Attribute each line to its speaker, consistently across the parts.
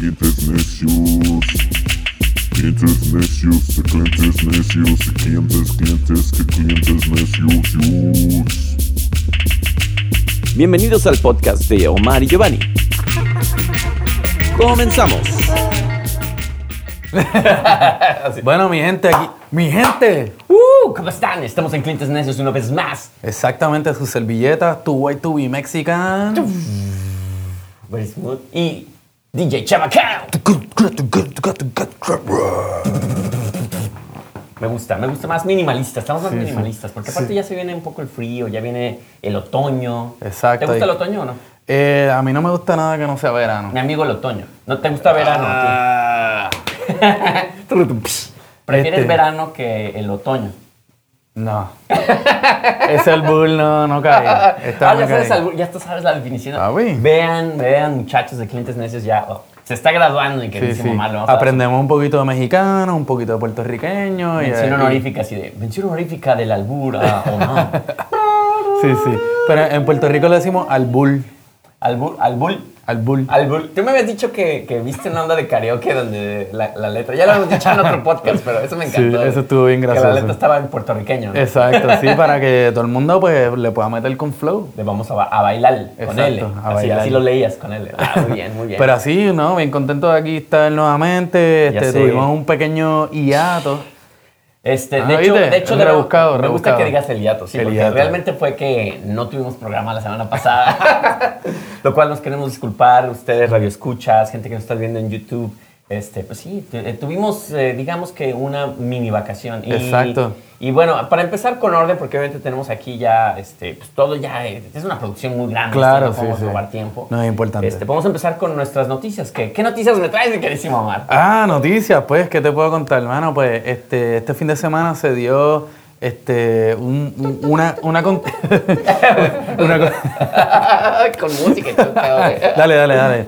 Speaker 1: Clientes necios. Clientes necios, de clientes necios, de clientes, clientes, que clientes necios. yus.
Speaker 2: Bienvenidos al podcast de Omar y Giovanni. Comenzamos.
Speaker 3: Bueno, mi gente, aquí. ¡Mi gente!
Speaker 4: ¡Uh! ¿Cómo están? Estamos en Clientes Necios una vez más.
Speaker 3: Exactamente, su servilleta, tu white to be mexican.
Speaker 4: Very smooth. Y DJ Chabacao. Me gusta, me gusta más minimalista. Estamos más minimalistas. Porque aparte ya se viene un poco el frío, ya viene el otoño.
Speaker 3: Exacto.
Speaker 4: ¿Te gusta el otoño o no?
Speaker 3: Eh, a mí no me gusta nada que no sea verano.
Speaker 4: Mi amigo el otoño. ¿No te gusta verano? a ti? Prefieres
Speaker 3: Ah. Este.
Speaker 4: verano que el otoño.
Speaker 3: No. Ese el bull no, no caía. Este
Speaker 4: Ah,
Speaker 3: no
Speaker 4: ya,
Speaker 3: caía.
Speaker 4: sabes, algo- ya tú sabes la definición.
Speaker 3: Ah, güey.
Speaker 4: Vean, vean, muchachos de Clientes Necios ya. oh, se está graduando y que
Speaker 3: Sí,
Speaker 4: dice
Speaker 3: sí.
Speaker 4: malo.
Speaker 3: Aprendemos un poquito de mexicano, un poquito de puertorriqueño. y-
Speaker 4: Mención
Speaker 3: y-
Speaker 4: honorífica, así de. Mención honorífica del albur a Omar.
Speaker 3: Sí, sí. Pero en Puerto Rico le decimos al bull.
Speaker 4: Albur, albur,
Speaker 3: Al bull.
Speaker 4: albur. Tú me habías dicho que, que viste una onda de karaoke donde la, la letra. Ya lo hemos dicho en otro podcast, pero eso me
Speaker 3: Sí,
Speaker 4: encantó.
Speaker 3: eso estuvo bien
Speaker 4: Que
Speaker 3: gracioso.
Speaker 4: la letra estaba en puertorriqueño. ¿no?
Speaker 3: Exacto, sí, para que todo el mundo pues le pueda meter con flow.
Speaker 4: De vamos a, ba- a bailar con
Speaker 3: Exacto,
Speaker 4: L.
Speaker 3: a
Speaker 4: así,
Speaker 3: bailar.
Speaker 4: así lo leías con L. Ah, muy bien, muy bien.
Speaker 3: Pero así, ¿no? Bien contento de aquí estar nuevamente.
Speaker 4: Ya
Speaker 3: Este,
Speaker 4: sé.
Speaker 3: tuvimos un pequeño hiato.
Speaker 4: Este,
Speaker 3: Ah,
Speaker 4: de hecho,
Speaker 3: ¿viste?
Speaker 4: de hecho,
Speaker 3: Es
Speaker 4: de-
Speaker 3: rebuscado,
Speaker 4: me gusta
Speaker 3: rebuscado.
Speaker 4: que digas el hiato, sí,
Speaker 3: El
Speaker 4: porque
Speaker 3: hiato.
Speaker 4: realmente fue que no tuvimos programa la semana pasada, lo cual nos queremos disculpar, ustedes radioescuchas, gente que nos está viendo en YouTube, este, pues sí, tu- eh, tuvimos, eh, digamos que una mini vacación. Y,
Speaker 3: Exacto.
Speaker 4: Y bueno, para empezar con orden, porque obviamente tenemos aquí ya, este, pues todo ya, eh, es una producción muy grande,
Speaker 3: Claro,
Speaker 4: no
Speaker 3: sí,
Speaker 4: podemos
Speaker 3: sí.
Speaker 4: robar tiempo.
Speaker 3: No, es importante.
Speaker 4: Este, vamos a empezar con nuestras noticias, ¿qué, qué noticias me traes, mi queridísimo Omar?
Speaker 3: Ah, noticias, pues, ¿qué te puedo contar, hermano? Pues, este, este fin de semana se dio este, un- un- una, una, con- una con-
Speaker 4: con música y todo, cabrón.
Speaker 3: Dale, dale, dale.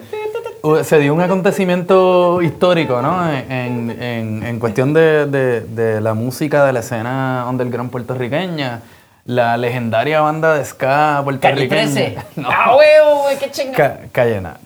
Speaker 3: Uh, Se dio un acontecimiento histórico, ¿no? En, en- en cuestión de, de- de la música de la escena underground puertorriqueña. La legendaria banda de ska
Speaker 4: Calle
Speaker 3: puertorriqueña.
Speaker 4: 13.
Speaker 3: No.
Speaker 4: ¡Ah, huevo, güey! ¡Qué chingada!
Speaker 3: Ca- Cayena.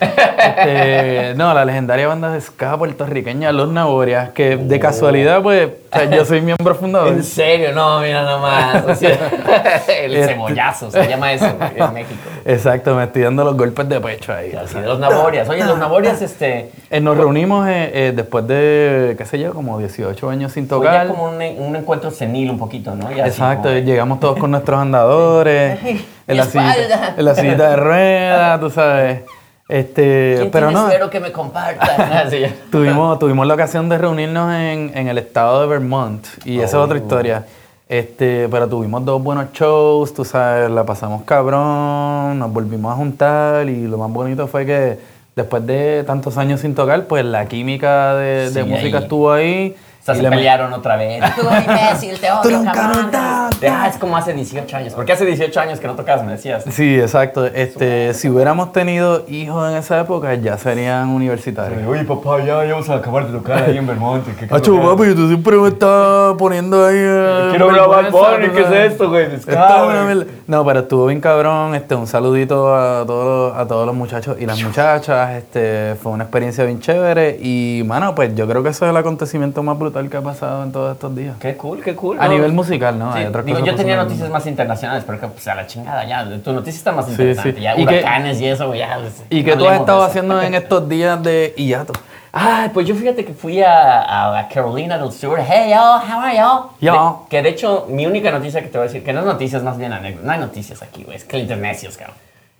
Speaker 3: Este, no, la legendaria banda de ska puertorriqueña, Los Naborias, que de casualidad, pues, o sea, yo soy miembro fundador.
Speaker 4: En serio, no, mira nomás. O sea, el
Speaker 3: Este-
Speaker 4: cebollazo, se llama eso güey, en México.
Speaker 3: Exacto, me estoy dando los golpes de pecho ahí.
Speaker 4: Y Así, de los naborias. Oye, los naborias, este.
Speaker 3: Eh, nos reunimos eh, eh, después de, qué sé yo, como 18 años sin
Speaker 4: Fue pues, ya
Speaker 3: tocar.
Speaker 4: como un, un encuentro senil un poquito, ¿no? Ya así
Speaker 3: Exacto, eh,
Speaker 4: como-
Speaker 3: llegamos todos con nuestros andadores, en la,
Speaker 4: Mi
Speaker 3: sillita,
Speaker 4: espalda.
Speaker 3: en la sillita de ruedas, tú sabes. Este,
Speaker 4: ¿Quién
Speaker 3: pero
Speaker 4: tiene
Speaker 3: no,
Speaker 4: Espero que me compartan. Así.
Speaker 3: tuvimos, tuvimos la ocasión de reunirnos en, en el estado de Vermont y esa es
Speaker 4: Oh.
Speaker 3: otra historia. Este, pero tuvimos dos buenos shows, tú sabes, la pasamos cabrón, nos volvimos a juntar y lo más bonito fue que después de tantos años sin tocar, pues la química de, de
Speaker 4: Sí,
Speaker 3: música
Speaker 4: ahí.
Speaker 3: estuvo ahí.
Speaker 4: O sea,
Speaker 3: y
Speaker 4: se
Speaker 3: le-
Speaker 4: pelearon otra vez. Tú, imbécil, te
Speaker 3: Tú nunca me das.
Speaker 4: Ah, es como hace 18 años. Porque hace 18 años que no tocabas, me decías.
Speaker 3: Sí, exacto. Este, si hubiéramos tenido hijos en esa época, ya serían universitarios.
Speaker 4: Oye, papá, ya, ya vamos a acabar de tocar ahí en Vermont. ¿Qué,
Speaker 3: Hacho, papi, tú siempre me estás poniendo ahí. eh,
Speaker 4: Quiero ver a Bad
Speaker 3: vergüenza,
Speaker 4: Bunny,
Speaker 3: tú
Speaker 4: ¿qué es
Speaker 3: sabes.
Speaker 4: esto, güey?
Speaker 3: Esto es
Speaker 4: Descarga,
Speaker 3: una
Speaker 4: güey.
Speaker 3: mierda. No, pero estuvo bien cabrón. Este, un saludito a todos, los- a todos los muchachos y las muchachas. Este, fue una experiencia bien chévere. Y, mano, pues yo creo que eso es el acontecimiento más brutal que ha pasado en todos estos días.
Speaker 4: Qué cool, qué cool.
Speaker 3: A
Speaker 4: ¿no?
Speaker 3: nivel musical, ¿no?
Speaker 4: Sí,
Speaker 3: Hay Ah, otras
Speaker 4: digo,
Speaker 3: cosas
Speaker 4: yo tenía
Speaker 3: pasando.
Speaker 4: noticias más internacionales, pero que pues a la chingada ya. Tu noticia está más
Speaker 3: Sí,
Speaker 4: interesante.
Speaker 3: sí.
Speaker 4: Ya
Speaker 3: ¿Y qué-
Speaker 4: huracanes y eso, güey, ya. pues,
Speaker 3: ¿Y
Speaker 4: no
Speaker 3: qué tú has
Speaker 4: hablemos
Speaker 3: estado
Speaker 4: de eso.
Speaker 3: haciendo en estos días de hiato?
Speaker 4: Ay, pues yo fíjate que fui a, a- a Carolina del Sur. Hey, y'all, how are y'all?
Speaker 3: Yo.
Speaker 4: De- que de hecho, mi única noticia que te voy a decir, que no es noticias, más bien anécdota. No hay noticias aquí, güey. Es que internecios, cabrón.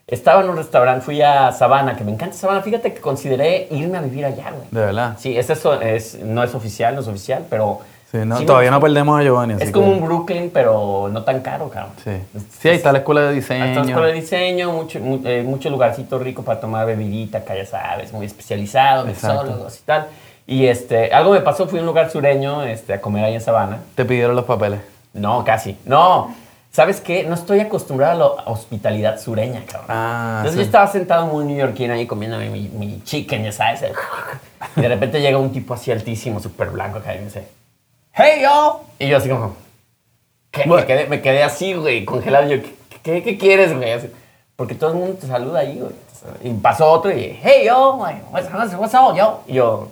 Speaker 4: Estaba en un restaurante, fui a Sabana, que me encanta Sabana. Fíjate que consideré irme a vivir allá, güey.
Speaker 3: De verdad.
Speaker 4: Sí, es eso, es, no es oficial, no es oficial, pero.
Speaker 3: Sí, no,
Speaker 4: sí me
Speaker 3: todavía no perdemos a Giovanni.
Speaker 4: Es
Speaker 3: así
Speaker 4: como
Speaker 3: que-
Speaker 4: un Brooklyn, pero no tan caro, cabrón. Este,
Speaker 3: Sí. Sí, ahí está la escuela de diseño.
Speaker 4: Hasta escuela de diseño, mucho, mu- eh, mucho lugarcito rico para tomar bebidita, que ya sabes, muy especializado,
Speaker 3: Exacto.
Speaker 4: mixólogos y tal. Y este, algo me pasó, fui a un lugar sureño este, a comer ahí en Sabana.
Speaker 3: Te pidieron los papeles.
Speaker 4: No, casi. No. ¿Sabes qué? No estoy acostumbrado a la hospitalidad sureña, cabrón.
Speaker 3: Ah,
Speaker 4: Entonces
Speaker 3: sí.
Speaker 4: yo estaba sentado muy neoyorquino ahí comiéndome mi, mi chicken, ya sabes. Y de repente llega un tipo así altísimo, súper blanco, acá y me dice, ¡Hey, yo! Y yo así como, ¿qué? Me,
Speaker 3: Bueno.
Speaker 4: quedé, me quedé así, güey, congelado. Yo, ¿qué, qué, qué quieres, güey? Así, Porque todo el mundo te saluda ahí, güey. Y pasó otro y, hey, yo, like, what's, what's- what's up, yo? Y yo,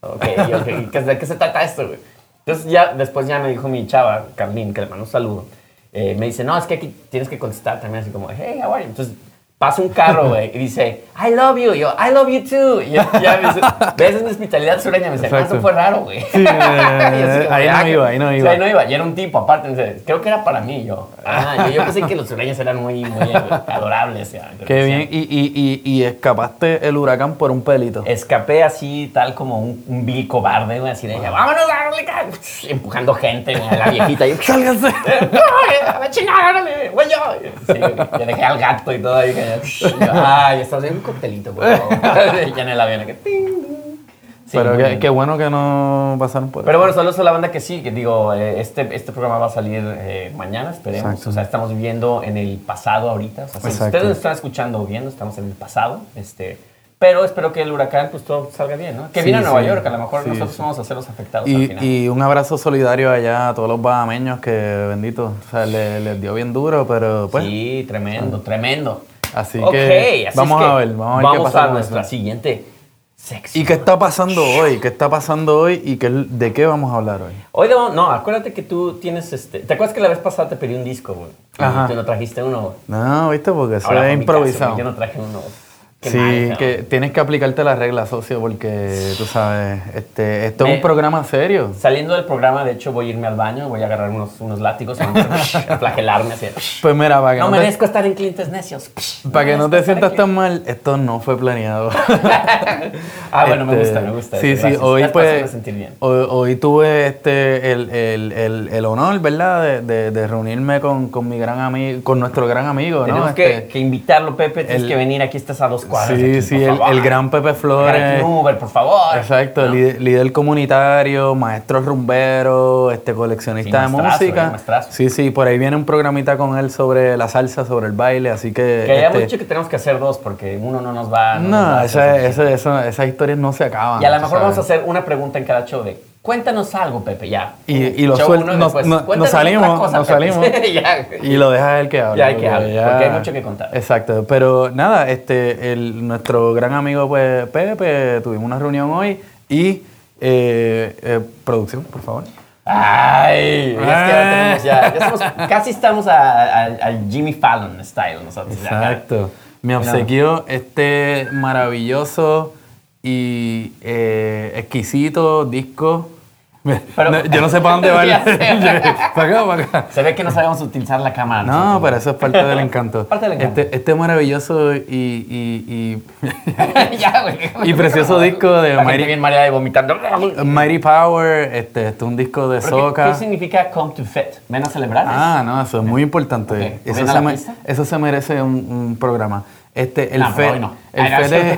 Speaker 4: ok, y ok, ¿y qué- ¿de qué se trata esto, güey? Entonces ya, después ya me dijo mi chava, Carlín, que le mando un saludo. eh, me dice, no, es que aquí tienes que contestar también así como, hey, how are you? Entonces pasa un carro, güey, y dice, I love you, y yo, I love you too. Y yo, ya me dice, ves, es mi hospitalidad sureña, me dice, "Ah, eso
Speaker 3: Exacto.
Speaker 4: fue raro, güey.
Speaker 3: Sí,
Speaker 4: Y así como,
Speaker 3: ahí
Speaker 4: "Ah,
Speaker 3: no
Speaker 4: que-".
Speaker 3: iba, ahí no
Speaker 4: Sí,
Speaker 3: iba.
Speaker 4: ahí no iba, y era un tipo, aparte, me dice, creo que era para mí, y yo. Ah, yo, yo pensé que los sureños eran muy, muy eh, adorables. ya, creo
Speaker 3: Qué
Speaker 4: que
Speaker 3: bien. Y, y, y, y escapaste el huracán por un pelito.
Speaker 4: Escapé así, tal como un, un vil cobarde, güey, así de ella, vámonos, árale, ca-". empujando gente, güey, a la viejita, y
Speaker 3: ¡Sálganse!
Speaker 4: Eh, ¡No, la chingada, órale, güey, yo! Sí, güey, ya dejé al gato y todo ahí, que ya, ¡ay, estás en un coctelito, güey! ya en el avión, que ting, ting. Sí,
Speaker 3: Pero
Speaker 4: muy
Speaker 3: qué,
Speaker 4: bien.
Speaker 3: qué bueno que no pasaron por
Speaker 4: Pero bueno, saludos a la banda que sí, que digo, eh, este, este programa va a salir eh, mañana, esperemos.
Speaker 3: Exacto.
Speaker 4: O sea, estamos viviendo en el pasado ahorita. O sea, si
Speaker 3: Exacto.
Speaker 4: ustedes nos están escuchando o viendo, estamos en el pasado. Este, pero espero que el huracán, pues todo salga bien, ¿no? Que
Speaker 3: Sí,
Speaker 4: viene a Nueva
Speaker 3: sí.
Speaker 4: York, a lo mejor
Speaker 3: Sí,
Speaker 4: nosotros
Speaker 3: sí.
Speaker 4: vamos a ser los afectados al
Speaker 3: Y,
Speaker 4: final.
Speaker 3: y un abrazo solidario allá a todos los bahameños que, bendito, o sea, le- les dio bien duro, pero pues.
Speaker 4: sí, tremendo, tremendo.
Speaker 3: Así
Speaker 4: Ok,
Speaker 3: que
Speaker 4: así
Speaker 3: vamos
Speaker 4: es que
Speaker 3: a ver, vamos a ver qué pasa con
Speaker 4: nuestra
Speaker 3: eso.
Speaker 4: siguiente sección.
Speaker 3: ¿Y qué está pasando hoy? ¿Qué está pasando hoy? ¿Y qué, de qué vamos a hablar hoy?
Speaker 4: Hoy debo- no, acuérdate que tú tienes este. ¿Te acuerdas que la vez pasada te pedí un disco, güey?
Speaker 3: Ajá.
Speaker 4: Y tú no trajiste uno, güey.
Speaker 3: No, viste, porque eso es
Speaker 4: Ahora fue mi caso,
Speaker 3: improvisado.
Speaker 4: Yo no traje uno. Qué
Speaker 3: sí,
Speaker 4: mal, cabrón.
Speaker 3: que tienes que aplicarte la regla, socio, porque tú sabes, este, esto
Speaker 4: Me-
Speaker 3: es un programa serio.
Speaker 4: Saliendo del programa, de hecho, voy a irme al baño, voy a agarrar unos, unos látigos, y vamos a a flagelarme así.
Speaker 3: Pues mira, para que
Speaker 4: No
Speaker 3: no, te,
Speaker 4: merezco estar en clientes necios.
Speaker 3: para que no te
Speaker 4: merezco estar
Speaker 3: sientas tan mal, esto no fue planeado.
Speaker 4: aquí. Ah, bueno, me
Speaker 3: Este,
Speaker 4: gusta, me gusta.
Speaker 3: Sí,
Speaker 4: eso,
Speaker 3: sí,
Speaker 4: gracias.
Speaker 3: hoy
Speaker 4: Estás
Speaker 3: pues.
Speaker 4: haciendo sentir bien.
Speaker 3: Hoy, hoy tuve este, el, el, el, el honor, ¿verdad?, de, de, de reunirme con, con mi gran amigo, con nuestro gran amigo, ¿no?
Speaker 4: Tenemos
Speaker 3: Este,
Speaker 4: que, que invitarlo, Pepe. Tienes
Speaker 3: el-
Speaker 4: que venir. Aquí estás a dos cuadras.
Speaker 3: Sí,
Speaker 4: aquí,
Speaker 3: sí,
Speaker 4: por
Speaker 3: el,
Speaker 4: favor.
Speaker 3: el gran Pepe
Speaker 4: Agarra aquí
Speaker 3: Flores.
Speaker 4: un Uber, por favor.
Speaker 3: Exacto, líder, líder comunitario, maestro rumbero, este coleccionista
Speaker 4: Sí,
Speaker 3: de
Speaker 4: maestrazo, eh,
Speaker 3: música.
Speaker 4: maestrazo.
Speaker 3: sí, sí, por ahí viene un programita con él sobre la salsa, sobre el baile, así que.
Speaker 4: Que hayamos
Speaker 3: este,
Speaker 4: dicho que tenemos que hacer dos porque uno no nos va. nos va
Speaker 3: no,
Speaker 4: a hacer
Speaker 3: esa-
Speaker 4: suficiente.
Speaker 3: esa- esa- esas historias no se acaban.
Speaker 4: Y a lo
Speaker 3: tú
Speaker 4: mejor vamos a
Speaker 3: sabes.
Speaker 4: hacer una pregunta en cada show de cuéntanos algo, Pepe, ya.
Speaker 3: Y- y lo
Speaker 4: Show
Speaker 3: suel-
Speaker 4: uno,
Speaker 3: nos-
Speaker 4: después,
Speaker 3: no- nos
Speaker 4: "Cuéntanos otra
Speaker 3: salimos, nos
Speaker 4: Pepe".
Speaker 3: salimos.
Speaker 4: ya.
Speaker 3: Y lo deja él que hable.
Speaker 4: Ya, él que
Speaker 3: porque
Speaker 4: hable, porque hay mucho que contar.
Speaker 3: Exacto, pero nada, este, el- nuestro gran amigo pues, Pepe, tuvimos una reunión hoy y. eh, eh, producción, por favor.
Speaker 4: Ay, ya es que ahora
Speaker 3: Ah.
Speaker 4: tenemos ya, ya estamos- casi estamos a- a- al Jimmy Fallon style nosotros. ya.
Speaker 3: Exacto. Me obsequió este maravilloso y eh, exquisito disco. Me-
Speaker 4: Pero-
Speaker 3: no, yo no sé para dónde va. el-
Speaker 4: Ya sé.
Speaker 3: para acá, para acá.
Speaker 4: Se ve que no sabemos utilizar la cámara.
Speaker 3: No,
Speaker 4: nosotros.
Speaker 3: pero eso es parte del encanto.
Speaker 4: Parte del encanto.
Speaker 3: Este, este maravilloso y, y-
Speaker 4: ya, güey.
Speaker 3: pues. Y precioso disco de
Speaker 4: La gente
Speaker 3: Mighty-
Speaker 4: bien mareada y vomitando.
Speaker 3: y Mighty Power, este, este es un disco de
Speaker 4: Pero ¿qué- ¿Qué,
Speaker 3: soca.
Speaker 4: significa come to fit? ¿Ven a celebrar?
Speaker 3: Ah, no, eso es muy importante.
Speaker 4: Ok,
Speaker 3: Eso,
Speaker 4: ¿ven a
Speaker 3: se
Speaker 4: la
Speaker 3: me-
Speaker 4: pista?
Speaker 3: eso se merece un, un programa. Este, el
Speaker 4: No, pero
Speaker 3: FED,
Speaker 4: hoy no.
Speaker 3: el,
Speaker 4: Ay,
Speaker 3: FED es,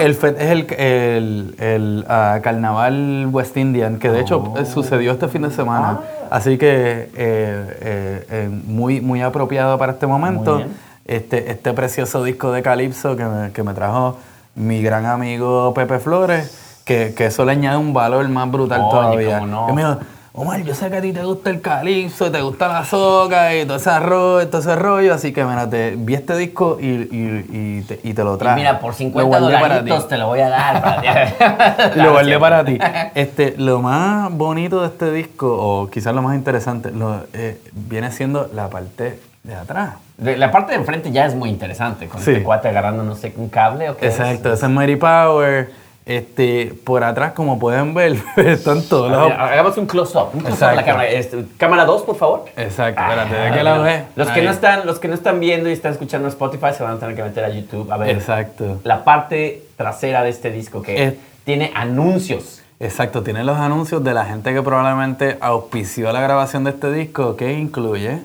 Speaker 3: el FED es el, el- el, ah, carnaval West Indian, que de hecho
Speaker 4: Oh.
Speaker 3: eh, sucedió este fin de semana.
Speaker 4: Ah.
Speaker 3: Así que eh, eh, eh, muy, muy apropiado para este momento.
Speaker 4: bien.
Speaker 3: Este, este precioso disco de Calypso que me, que me trajo mi gran amigo Pepe Flores, que, que eso le añade un valor más brutal
Speaker 4: Oye,
Speaker 3: todavía.
Speaker 4: cómo no.
Speaker 3: Yo me dijo, Omar, yo sé que a ti te gusta el calipso, te gusta la soca y todo ese rollo, todo ese rollo, así que mira, te vi este disco y, y- y te, y te lo
Speaker 4: Y
Speaker 3: traje.
Speaker 4: mira, por
Speaker 3: Lo
Speaker 4: 50
Speaker 3: guardé para
Speaker 4: dolaritos
Speaker 3: ti.
Speaker 4: te lo voy a dar. Para ti.
Speaker 3: Y lo guardé
Speaker 4: Claro,
Speaker 3: para ti. Este, lo más bonito de este disco, o quizás lo más interesante, lo, eh, viene siendo la parte de atrás.
Speaker 4: De- La parte de enfrente ya es muy interesante, con
Speaker 3: Sí.
Speaker 4: este cuate agarrando, no sé, un cable o qué. es.
Speaker 3: Exacto, ese es Mary Power. Este, por atrás, como pueden ver, están todos
Speaker 4: A
Speaker 3: los...
Speaker 4: ver, Hagamos un close-up. Un close-up a la
Speaker 3: Exacto.
Speaker 4: cámara. Este, cámara 2, por favor. Ah,
Speaker 3: Exacto, espérate, ¿de qué lado es?
Speaker 4: Los que,
Speaker 3: Ahí.
Speaker 4: no están, los que no están viendo y están escuchando en Spotify se van a tener que meter a YouTube a ver
Speaker 3: Exacto. Eh.
Speaker 4: la parte trasera de este disco que
Speaker 3: Es-
Speaker 4: tiene anuncios.
Speaker 3: Exacto, tiene los anuncios de la gente que probablemente auspició la grabación de este disco, que incluye,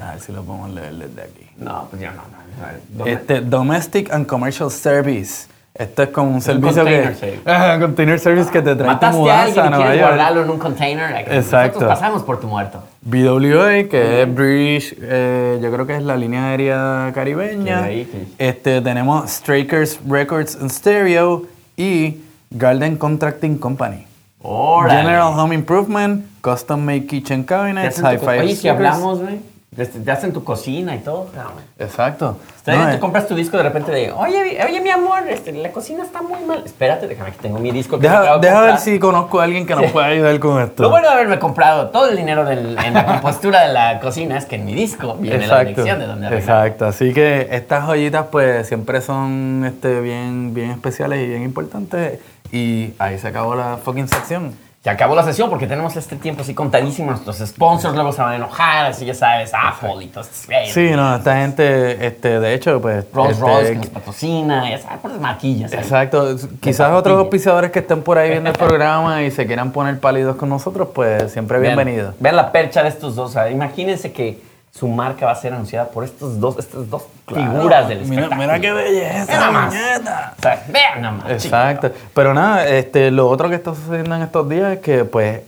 Speaker 3: a ver si lo podemos leer desde aquí.
Speaker 4: No, pues yo no. no, no. ¿Dónde?
Speaker 3: Este, Domestic and Commercial Service. Esto es como un servicio
Speaker 4: container
Speaker 3: que...
Speaker 4: service.
Speaker 3: Ajá, un container service que te trae tu
Speaker 4: Mataste a
Speaker 3: mudanza
Speaker 4: alguien
Speaker 3: a
Speaker 4: y
Speaker 3: Nueva
Speaker 4: quieres
Speaker 3: York.
Speaker 4: guardarlo en un container.
Speaker 3: Exacto.
Speaker 4: Nosotros pasamos por tu muerto.
Speaker 3: BWA, que es British, eh, yo creo que es la línea aérea caribeña.
Speaker 4: Que de ahí,
Speaker 3: Este, tenemos Strikers Records and Stereo y Garden Contracting Company.
Speaker 4: Órale.
Speaker 3: General Home Improvement, Custom Made Kitchen
Speaker 4: ¿Qué
Speaker 3: Cabinets,
Speaker 4: hacen tu-
Speaker 3: Hi-Fi
Speaker 4: Oye, si
Speaker 3: speakers.
Speaker 4: hablamos, güey. Este, Te hacen tu cocina y todo. No, man.
Speaker 3: Exacto.
Speaker 4: Está bien,
Speaker 3: No,
Speaker 4: tú
Speaker 3: eh,
Speaker 4: compras tu disco de repente de, oye, vi- oye mi amor, este, la cocina está muy mal. Espérate, déjame que tengo mi disco. Que me
Speaker 3: deja
Speaker 4: acabo de
Speaker 3: deja ver
Speaker 4: comprar.
Speaker 3: si conozco a alguien que nos pueda ayudar con esto.
Speaker 4: Lo bueno de haberme comprado todo el dinero del- en la compostura de la cocina es que en mi disco viene la dirección de donde arreglar.
Speaker 3: Exacto, así que estas joyitas pues siempre son este, bien, bien especiales y bien importantes. Y ahí se acabó la fucking sección.
Speaker 4: Se acabó la sesión porque tenemos este tiempo así contadísimo. Nuestros sponsors luego se van a enojar, así ya sabes, Apple y todo
Speaker 3: Sí, no, esta gente, este, de hecho, pues...
Speaker 4: Rolls
Speaker 3: este,
Speaker 4: Royce que nos patrocina, ya sabes, puras maquillas. ahí.
Speaker 3: Exacto. Quizás otros auspiciadores que estén por ahí viendo el programa y se quieran poner pálidos con nosotros, pues siempre
Speaker 4: Vean-
Speaker 3: bienvenidos.
Speaker 4: Vean la percha de estos dos. o sea, imagínense que su marca va a ser anunciada por estos dos, estas dos figuras del
Speaker 3: Mira,
Speaker 4: espectáculo.
Speaker 3: mira qué belleza,
Speaker 4: Nada más.
Speaker 3: muñeca.
Speaker 4: O sea, vean nada más.
Speaker 3: Exacto. Pero nada, este, lo otro que está sucediendo en estos días es que pues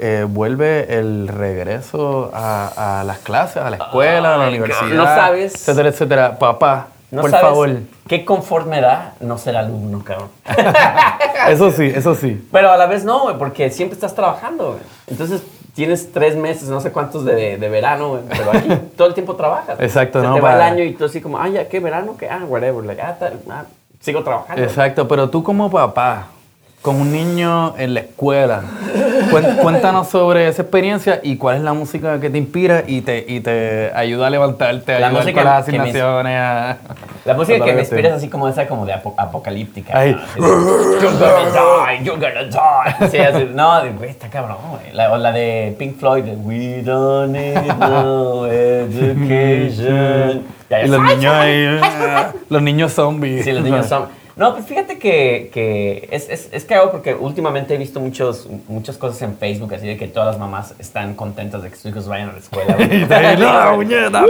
Speaker 3: eh, vuelve el regreso a, a las clases, a la escuela, a la
Speaker 4: Ay,
Speaker 3: universidad.
Speaker 4: no sabes.
Speaker 3: Etcétera, etcétera. Papá,
Speaker 4: No
Speaker 3: por
Speaker 4: sabes
Speaker 3: favor.
Speaker 4: Qué conforme da no ser alumno, cabrón.
Speaker 3: Eso sí, eso sí.
Speaker 4: Pero a la vez no, güey, porque siempre estás trabajando, güey. Entonces tienes tres meses, no sé cuántos de, de verano, güey, pero aquí todo el tiempo trabajas.
Speaker 3: Exacto,
Speaker 4: Se
Speaker 3: ¿no?
Speaker 4: Te va
Speaker 3: Para-
Speaker 4: el año y tú así como, ah, ya, ¿qué verano? ¿Qué? Ah, whatever. like, ah, tal, ah, sigo trabajando.
Speaker 3: Exacto. Pero tú como papá, con un niño en la escuela, cuen- cuéntanos sobre esa experiencia y cuál es la música que te inspira y te, y te ayuda a levantarte,
Speaker 4: La
Speaker 3: a ayudar
Speaker 4: música
Speaker 3: con las
Speaker 4: que me-
Speaker 3: asignaciones. a-
Speaker 4: La música
Speaker 3: Cuando
Speaker 4: que
Speaker 3: la
Speaker 4: me
Speaker 3: canción.
Speaker 4: inspira es así como esa como de apo- apocalíptica.
Speaker 3: Ay.
Speaker 4: ¿no? Así de, You're gonna die, you're gonna die. Sí, así, no, de, güey, está cabrón, güey. La, o la de Pink Floyd, de We don't need no education. Ya, ya,
Speaker 3: Y los
Speaker 4: ay,
Speaker 3: niños ahí, los niños zombies.
Speaker 4: Sí, los niños son. No, pues fíjate que, que es, es, es que hago porque últimamente he visto muchos, muchas cosas en Facebook así de que todas las mamás están contentas de que sus hijos vayan a la escuela. güey.
Speaker 3: Y te- no, puñeta, no.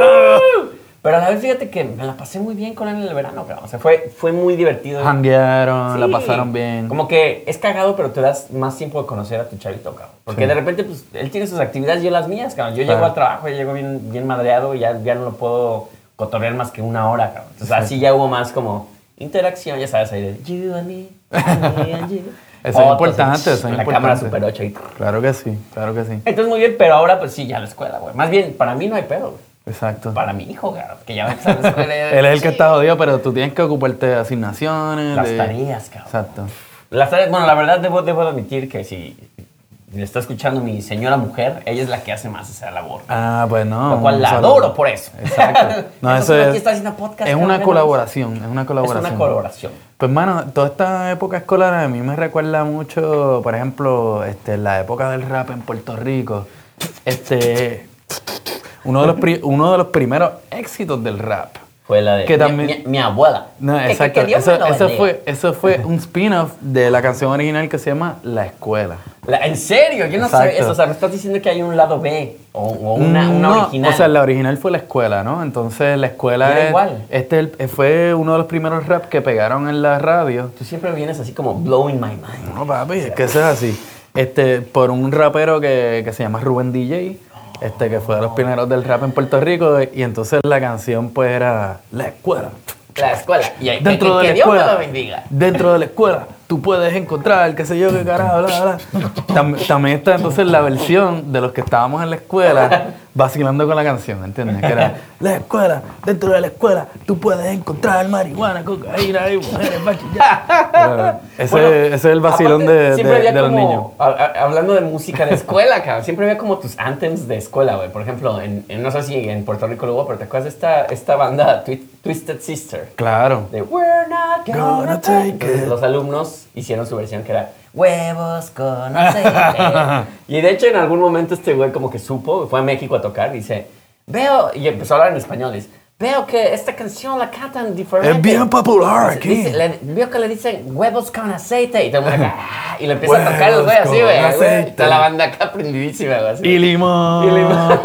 Speaker 4: Pero a la vez fíjate que me la pasé muy bien con él en el verano, pero, o sea, fue, fue muy divertido.
Speaker 3: Janguearon,
Speaker 4: Sí.
Speaker 3: la pasaron bien.
Speaker 4: Como que es cagado, pero te das más tiempo de conocer a tu chavito, cabrón. Porque
Speaker 3: Sí.
Speaker 4: de repente, pues, él tiene sus actividades y yo las mías, cabrón. Yo llego
Speaker 3: Claro.
Speaker 4: al trabajo, yo llego bien, bien madreado y ya, ya no lo puedo cotorrear más que una hora, cabrón. Entonces, así ya hubo más como interacción, ya sabes, ahí de you and me, and me and you.
Speaker 3: Eso es
Speaker 4: Fotos,
Speaker 3: importante, eso es
Speaker 4: la
Speaker 3: importante.
Speaker 4: cámara Super 8 y...
Speaker 3: Claro que sí, claro que sí.
Speaker 4: Entonces, muy bien, pero ahora, pues, sí, ya la escuela, güey. Más bien, para mí no hay pedo, güey.
Speaker 3: Exacto.
Speaker 4: Para mi hijo, cabrón, que ya va a empezar la escuela.
Speaker 3: Él es el que
Speaker 4: Sí.
Speaker 3: está jodido, pero tú tienes que ocuparte de asignaciones.
Speaker 4: Las
Speaker 3: de-
Speaker 4: tareas, cabrón.
Speaker 3: Exacto.
Speaker 4: Las tareas- bueno, la verdad debo, debo admitir que si le está escuchando mi señora mujer, ella es la que hace más esa labor.
Speaker 3: Ah, pues no.
Speaker 4: lo cual
Speaker 3: un
Speaker 4: la
Speaker 3: saludo.
Speaker 4: adoro por eso.
Speaker 3: Exacto. No,
Speaker 4: Entonces,
Speaker 3: eso
Speaker 4: uno
Speaker 3: es,
Speaker 4: aquí está haciendo podcast,
Speaker 3: es una
Speaker 4: cabrón,
Speaker 3: colaboración, es una
Speaker 4: Es
Speaker 3: colaboración.
Speaker 4: una colaboración.
Speaker 3: Pues, mano, toda esta época escolar a mí me recuerda mucho, por ejemplo, este, la época del rap en Puerto Rico. Este, uno, de los pri- uno de los primeros éxitos del rap.
Speaker 4: Fue la de
Speaker 3: Que
Speaker 4: mi-
Speaker 3: también-
Speaker 4: mi, mi abuela.
Speaker 3: No,
Speaker 4: Que- que-
Speaker 3: exacto.
Speaker 4: que Dios me
Speaker 3: eso,
Speaker 4: lo
Speaker 3: eso
Speaker 4: bendiga.
Speaker 3: fue, eso fue un spin-off de la canción original que se llama La Escuela.
Speaker 4: La- en serio, yo no
Speaker 3: Exacto.
Speaker 4: sabía
Speaker 3: Mm,
Speaker 4: eso. O sea, me estás diciendo que hay un lado B o, o una, una
Speaker 3: No,
Speaker 4: original.
Speaker 3: O sea, la original fue La Escuela, ¿no? Entonces, La Escuela
Speaker 4: Era
Speaker 3: es-
Speaker 4: igual.
Speaker 3: Este es el- fue uno de los primeros rap que pegaron en la radio.
Speaker 4: Tú siempre vienes así como blowing my mind.
Speaker 3: No, papi, es que eso es así. Este, por un rapero que, que se llama Rubén DJ, este, que fue de los pioneros del rap en Puerto Rico, y entonces la canción pues era La escuela.
Speaker 4: La escuela. Y ahí, que-
Speaker 3: Dentro de
Speaker 4: que, que
Speaker 3: la
Speaker 4: Dios me
Speaker 3: escuela.
Speaker 4: lo bendiga.
Speaker 3: Dentro de la escuela. Tú puedes encontrar, qué sé yo, qué carajo, bla, bla. Tam- también está entonces la versión de los que estábamos en la escuela vacilando con la canción, ¿entiendes? Que era la escuela, dentro de la escuela, tú puedes encontrar marihuana, cocaína y mujeres, bachillas. ese,
Speaker 4: Bueno,
Speaker 3: ese es el vacilón
Speaker 4: aparte,
Speaker 3: de,
Speaker 4: siempre
Speaker 3: de-
Speaker 4: había
Speaker 3: de los
Speaker 4: como-
Speaker 3: niños.
Speaker 4: a- a- hablando de música de escuela, cabrón. Siempre había como tus anthems de escuela, güey. Por ejemplo, en, en- no sé si en Puerto Rico lo hubo, pero ¿te acuerdas de esta, esta banda Twi- Twisted Sister?
Speaker 3: Claro.
Speaker 4: De We're not gonna
Speaker 3: Gonna
Speaker 4: take
Speaker 3: take
Speaker 4: Entonces,
Speaker 3: it.
Speaker 4: Los alumnos hicieron su versión que era Huevos con aceite. y de hecho, en algún momento este güey como que supo, fue a México a tocar, dice, veo, y empezó a hablar en español, dice, veo que esta canción la cantan diferente.
Speaker 3: Es bien popular
Speaker 4: Dice-
Speaker 3: aquí.
Speaker 4: dice- le- veo que le dicen huevos con aceite. Y todo el mundo acá, "Ah", y le empieza a tocar el güey
Speaker 3: Huevos
Speaker 4: así,
Speaker 3: con
Speaker 4: güey, güey.
Speaker 3: aceite.
Speaker 4: Está la banda acá prendidísima, güey. así.
Speaker 3: Y limón.
Speaker 4: Y limón.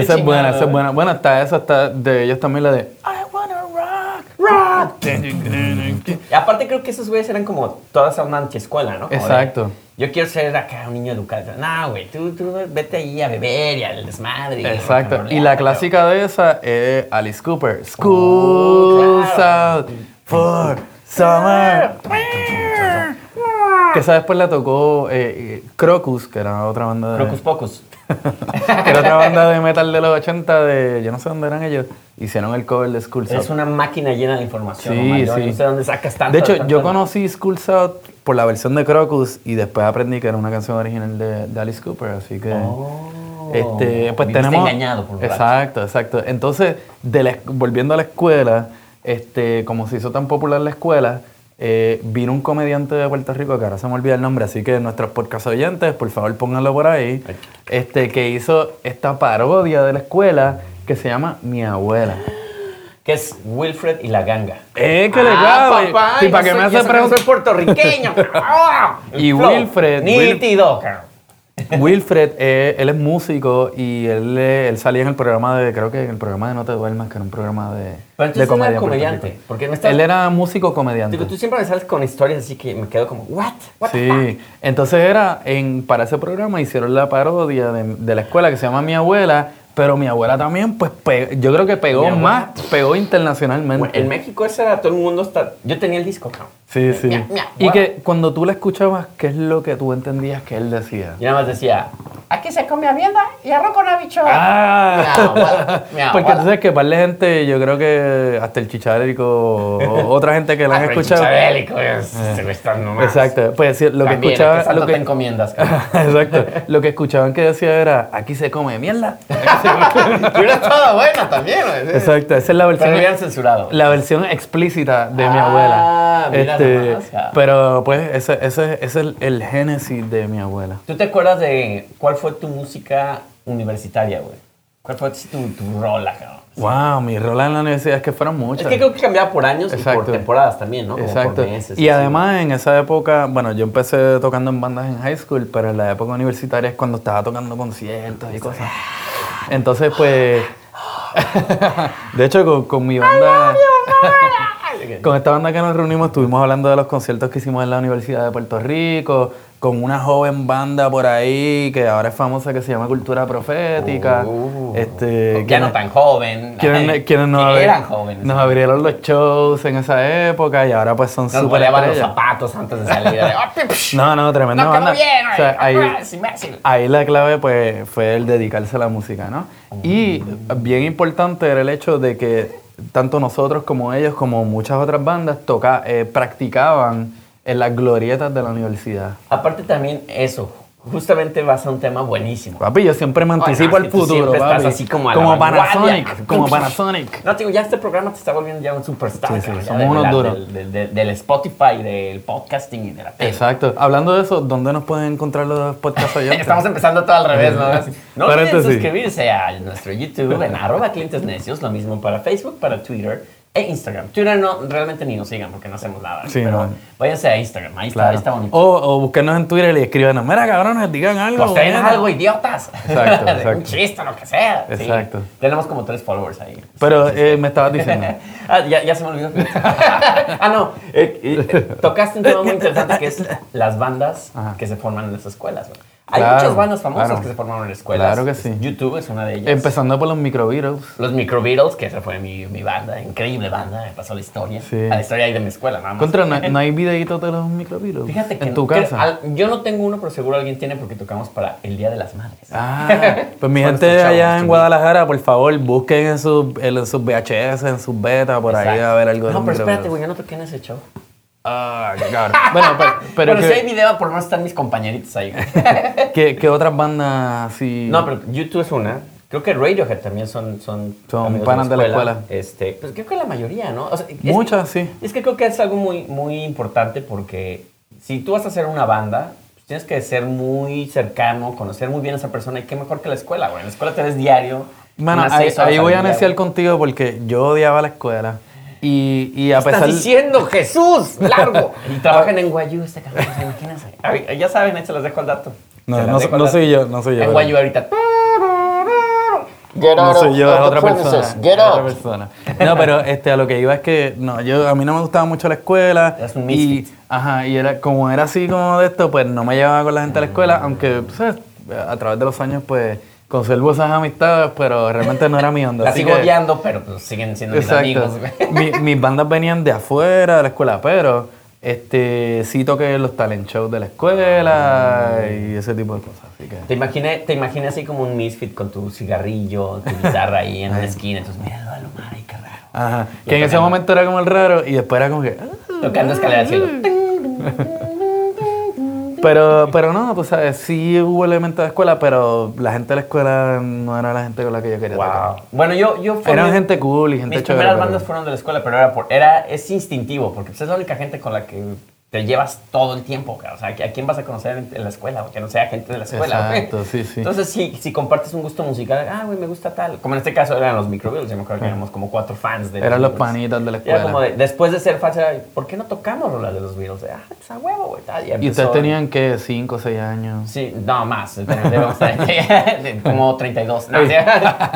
Speaker 3: esa es buena,
Speaker 4: chingada,
Speaker 3: esa es
Speaker 4: güey.
Speaker 3: buena. Bueno, está esa, está de ellos también la de I wanna rock, rock.
Speaker 4: Y aparte creo que esos güeyes eran como toda esa onda antiescuela, ¿no? Como de,
Speaker 3: Exacdo.
Speaker 4: yo quiero ser acá un niño educado. No, güey, tú, tú vete ahí a beber y al desmadre. y a
Speaker 3: Exacto. Y
Speaker 4: rocanrolear,
Speaker 3: la
Speaker 4: pero-
Speaker 3: clásica de esa es Alice Cooper.
Speaker 4: Oh,
Speaker 3: School's
Speaker 4: claro.
Speaker 3: out for summer. Que esa después la tocó eh, eh, Crocus, que era otra banda de.
Speaker 4: Crocus Pocus.
Speaker 3: que era otra banda de metal de los 80 de. Yo no sé dónde eran ellos. Hicieron el cover de School
Speaker 4: Es una máquina llena de información.
Speaker 3: Sí,
Speaker 4: Omar. Yo
Speaker 3: sí.
Speaker 4: No sé dónde sacas tanto.
Speaker 3: De hecho,
Speaker 4: tanto-
Speaker 3: yo conocí School Out por la versión de Crocus y después aprendí que era una canción original de, de Alice Cooper, así que.
Speaker 4: Oh.
Speaker 3: este, pues
Speaker 4: Viviste
Speaker 3: tenemos.
Speaker 4: engañado por borracho.
Speaker 3: Exacto, exacto. Entonces, de la- volviendo a la escuela, este, como se hizo tan popular la escuela, eh, vino un comediante de Puerto Rico que ahora se me olvida el nombre, así que nuestros podcast oyentes, por favor, pónganlo por ahí. Este, que hizo esta parodia de la escuela que se llama Mi abuela.
Speaker 4: Que es Wilfred y la ganga.
Speaker 3: ¡Eh, que le
Speaker 4: ah,
Speaker 3: cabe!
Speaker 4: papá,
Speaker 3: ¿Y
Speaker 4: yo
Speaker 3: para qué
Speaker 4: soy-
Speaker 3: me
Speaker 4: yo
Speaker 3: hace
Speaker 4: sé que no
Speaker 3: preguntas?
Speaker 4: soy puertorriqueño. Ah, el
Speaker 3: Y
Speaker 4: flow.
Speaker 3: Wilfred, Wil-
Speaker 4: Nítido. cabrón.
Speaker 3: Wilfred, eh, él es músico y él, eh, él salía en el programa de, creo que en el programa de No te duermas, que era un programa de,
Speaker 4: Pero entonces
Speaker 3: de
Speaker 4: era
Speaker 3: comedia. en Puerto
Speaker 4: comediante,
Speaker 3: Rico.
Speaker 4: porque no estaba-
Speaker 3: Él era músico comediante.
Speaker 4: Digo, tú siempre me sales con historias así que me quedo como, ¿what? What the fuck?"
Speaker 3: Sí, entonces era, en, para ese programa hicieron la parodia de, de la escuela que se llama Mi Abuela, pero Mi Abuela también, pues pe- yo creo que pegó
Speaker 4: abuela.
Speaker 3: más, pegó internacionalmente.
Speaker 4: Bueno, en México ese era todo el mundo está. Yo tenía el disco, cabrón.
Speaker 3: Sí, sí.
Speaker 4: Mia, mia,
Speaker 3: y
Speaker 4: abuela.
Speaker 3: que cuando tú la escuchabas, ¿qué es lo que tú entendías que él decía?
Speaker 4: Yo nada más decía, aquí se come mierda y arroz con habichuela. Mi
Speaker 3: Ah,
Speaker 4: abuela, mi abuela.
Speaker 3: porque entonces que par de gente, yo creo que hasta el chicharérico o o otra gente que la han
Speaker 4: Ay, pero el
Speaker 3: escuchado. Eh.
Speaker 4: chichabélico, es- se me están nomás.
Speaker 3: Exacto, pues sí, lo que
Speaker 4: También, ¿a qué
Speaker 3: escuchaba,
Speaker 4: santo
Speaker 3: lo que
Speaker 4: te encomiendas, cabrón?
Speaker 3: Exacto, lo que escuchaban que decía era, aquí se come mierda.
Speaker 4: Y hubiera estado buena también, güey.
Speaker 3: Exacto, esa es la
Speaker 4: Pero lo hubieran
Speaker 3: versión
Speaker 4: censurado.
Speaker 3: la versión explícita de mi
Speaker 4: Ah,
Speaker 3: abuela. Este,
Speaker 4: mira nada más, ya.
Speaker 3: pero pues ese, ese- ese es el, el génesis de mi abuela.
Speaker 4: ¿Tú te acuerdas de cuál fue tu música universitaria, güey? ¿Cuál fue así tu, tu rola, cabrón?
Speaker 3: Wow, mi rol en la universidad es que fueron muchas.
Speaker 4: Es que creo que cambiaba por años y por
Speaker 3: Exacto.
Speaker 4: temporadas también, ¿no? Como
Speaker 3: Exacto.
Speaker 4: por meses,
Speaker 3: y
Speaker 4: así.
Speaker 3: además en esa época, bueno, yo empecé tocando en bandas en high school, pero en la época universitaria es cuando estaba tocando conciertos y cosas. Entonces, pues, de hecho, con, con mi banda, con esta banda que nos reunimos, estuvimos hablando de los conciertos que hicimos en la Universidad de Puerto Rico, con una joven banda por ahí que ahora es famosa que se llama Cultura Profética.
Speaker 4: Uh.
Speaker 3: este,
Speaker 4: ya
Speaker 3: que
Speaker 4: no
Speaker 3: me-
Speaker 4: tan joven.
Speaker 3: quienes, quienes nos,
Speaker 4: Que
Speaker 3: abri-
Speaker 4: eran jóvenes.
Speaker 3: nos abrieron los shows en esa época y ahora pues son
Speaker 4: Nos
Speaker 3: súper
Speaker 4: boleaban los
Speaker 3: estrellas.
Speaker 4: zapatos antes de salir. de, "Ah, psh,
Speaker 3: No, no, tremenda
Speaker 4: no quedó
Speaker 3: banda.
Speaker 4: bien,
Speaker 3: O sea,
Speaker 4: ay,
Speaker 3: ahí,
Speaker 4: es imbécil".
Speaker 3: ahí la clave pues fue el dedicarse a la música, ¿no? Y bien importante era el hecho de que tanto nosotros como ellos, como muchas otras bandas, toca, eh, practicaban en las glorietas de la universidad.
Speaker 4: Aparte también eso, justamente vas a un tema buenísimo.
Speaker 3: Papi, yo siempre me
Speaker 4: Ay, no,
Speaker 3: anticipo
Speaker 4: es
Speaker 3: al
Speaker 4: que tú
Speaker 3: futuro,
Speaker 4: siempre estás
Speaker 3: papi.
Speaker 4: así como a la
Speaker 3: como
Speaker 4: vanguardia.
Speaker 3: Panasonic, como Panasonic.
Speaker 4: No, te digo, ya este programa te está volviendo ya un superstar.
Speaker 3: Sí, sí,
Speaker 4: cabrón, ya
Speaker 3: somos
Speaker 4: de- de
Speaker 3: unos
Speaker 4: la-
Speaker 3: duros.
Speaker 4: Del, del- del- del Spotify, del podcasting y de la tele.
Speaker 3: Exacto. Hablando de eso, ¿dónde nos pueden encontrar los podcasts oyentes?
Speaker 4: Estamos empezando todo al revés, ¿no? Eh, No olviden
Speaker 3: Paréntesis.
Speaker 4: suscribirse a nuestro YouTube en arroba clientes necios, lo mismo para Facebook, para Twitter e Instagram. Twitter no, realmente ni nos sigan porque no hacemos nada.
Speaker 3: Sí,
Speaker 4: pero
Speaker 3: no.
Speaker 4: váyanse a Instagram, ahí está,
Speaker 3: Claro.
Speaker 4: ahí
Speaker 3: Oh,
Speaker 4: está bonito.
Speaker 3: O, o busquenos en Twitter y escríbanos, mira cabrones, digan algo.
Speaker 4: Posteen
Speaker 3: bueno".
Speaker 4: algo, idiotas.
Speaker 3: Exacto, exacto.
Speaker 4: un chiste, lo que sea. sí.
Speaker 3: Exacto.
Speaker 4: Tenemos como tres followers ahí.
Speaker 3: Pero eh, me estabas diciendo.
Speaker 4: ah, ya, ya se me olvidó. ah, no. eh, eh, tocaste un tema muy interesante que es las bandas
Speaker 3: Ajá.
Speaker 4: que se forman en las escuelas. güey. Hay
Speaker 3: Claro,
Speaker 4: muchas bandas famosas
Speaker 3: claro.
Speaker 4: que se formaron en escuelas.
Speaker 3: Claro que sí.
Speaker 4: YouTube es una de ellas.
Speaker 3: empezando por los microvirus.
Speaker 4: Los Micro Beatles, que esa fue mi, mi banda, increíble banda, me pasó la historia.
Speaker 3: Sí.
Speaker 4: A la historia ahí de mi escuela, nada más.
Speaker 3: Contra, no, no hay videitos de los microvirus.
Speaker 4: Fíjate que
Speaker 3: En tu
Speaker 4: creo-
Speaker 3: casa.
Speaker 4: al- yo no tengo uno, pero seguro alguien tiene porque tocamos para el Día de las Madres.
Speaker 3: Ah, pues mi
Speaker 4: Bueno,
Speaker 3: gente allá
Speaker 4: escuchamos,
Speaker 3: en
Speaker 4: escuchamos.
Speaker 3: Guadalajara, por favor, busquen en sus, en sus VHS, en sus betas, por ahí
Speaker 4: Exacto.
Speaker 3: a ver algo de
Speaker 4: No,
Speaker 3: los
Speaker 4: pero
Speaker 3: microvirus.
Speaker 4: espérate, güey, yo no toqué en ese show.
Speaker 3: Ah, qué cabrón. bueno, pero, pero
Speaker 4: Pero
Speaker 3: ¿qué,
Speaker 4: si hay video, por lo menos están mis compañeritos ahí. güey.
Speaker 3: qué- qué otras bandas así?
Speaker 4: no, pero YouTube es una. Creo que Radiohead también son... Son,
Speaker 3: Son
Speaker 4: amigos
Speaker 3: panas de la escuela.
Speaker 4: Este, pues creo que la mayoría, ¿no? O sea, es-
Speaker 3: Muchas, sí.
Speaker 4: Es que creo que es algo muy, muy importante porque si tú vas a hacer una banda, pues tienes que ser muy cercano, conocer muy bien a esa persona. Y qué mejor que la escuela, güey. En la escuela te ves diario.
Speaker 3: Mano,
Speaker 4: unas
Speaker 3: ahí,
Speaker 4: seis horas
Speaker 3: ahí
Speaker 4: al
Speaker 3: voy a
Speaker 4: día,
Speaker 3: iniciar
Speaker 4: güey.
Speaker 3: contigo porque yo odiaba la escuela. Y, y a
Speaker 4: ¿Qué
Speaker 3: pesar.
Speaker 4: estás diciendo, Jesús? ¡Largo! y trabajan en Guayú, este cabrón, ¿se imaginas? Ay, Ya saben, ahí se las dejo al dato.
Speaker 3: No,
Speaker 4: Se las
Speaker 3: no-
Speaker 4: dejo al
Speaker 3: no
Speaker 4: dato.
Speaker 3: soy yo, no soy yo,
Speaker 4: En
Speaker 3: ¿verdad?
Speaker 4: Guayú ahorita.
Speaker 3: no soy yo, es otra persona. es otra persona. No, pero este, a lo que iba es que no, yo, a mí no me gustaba mucho la escuela.
Speaker 4: Eras un
Speaker 3: y,
Speaker 4: misfit.
Speaker 3: ajá, y era, como era así como de esto, pues no me llevaba con la gente a la
Speaker 4: Mm.
Speaker 3: escuela, aunque pues, a través de los años pues conservo esas amistades, pero realmente no era mi onda.
Speaker 4: La
Speaker 3: así
Speaker 4: sigo
Speaker 3: que-
Speaker 4: odiando, pero pues, siguen siendo mis amigos. güey.
Speaker 3: Mi- mis bandas venían de afuera de la escuela, pero Este, sí toqué los talent shows de la escuela
Speaker 4: Ah.
Speaker 3: y ese tipo de cosas. Así que.
Speaker 4: Te imaginé, te imaginé así como un misfit con tu cigarrillo, tu guitarra ahí en una esquina. Entonces, mira, lo de Omar, ay, qué raro.
Speaker 3: Ajá. Que en ese momento era como el raro y después era como que. ah.
Speaker 4: Tocando escalera al cielo.
Speaker 3: Pero, pero no, pues sabes, sí hubo elementos de escuela, pero la gente de la escuela no era la gente con la que yo quería tocar.
Speaker 4: Wow. Bueno, yo, yo formé-
Speaker 3: Eran gente cool y gente
Speaker 4: Mis
Speaker 3: chévere,
Speaker 4: primeras
Speaker 3: pero-
Speaker 4: bandas fueron de la escuela, pero era por, era, es instintivo, porque pues, es la única gente con la que te llevas todo el tiempo, cara. o sea, ¿a quién vas a conocer en, en la escuela? O que no sea gente de la escuela. güey.
Speaker 3: Exacto, sí, sí.
Speaker 4: Entonces, si, si compartes un gusto musical, ah, güey, me gusta tal. Como en este caso eran los Microbills, yo me acuerdo que éramos como cuatro fans de
Speaker 3: Eran los
Speaker 4: Beatles.
Speaker 3: panitas de la
Speaker 4: Y
Speaker 3: escuela.
Speaker 4: Era como de- después de ser fans, era, ¿por qué no tocamos rolas de los Beatles? Ah, esa huevo, güey, tal.
Speaker 3: Y
Speaker 4: empezó-
Speaker 3: ustedes tenían que 5 o 6 años.
Speaker 4: Sí, no, más. Debemos tener- como 32. No,
Speaker 3: Ey.
Speaker 4: sí.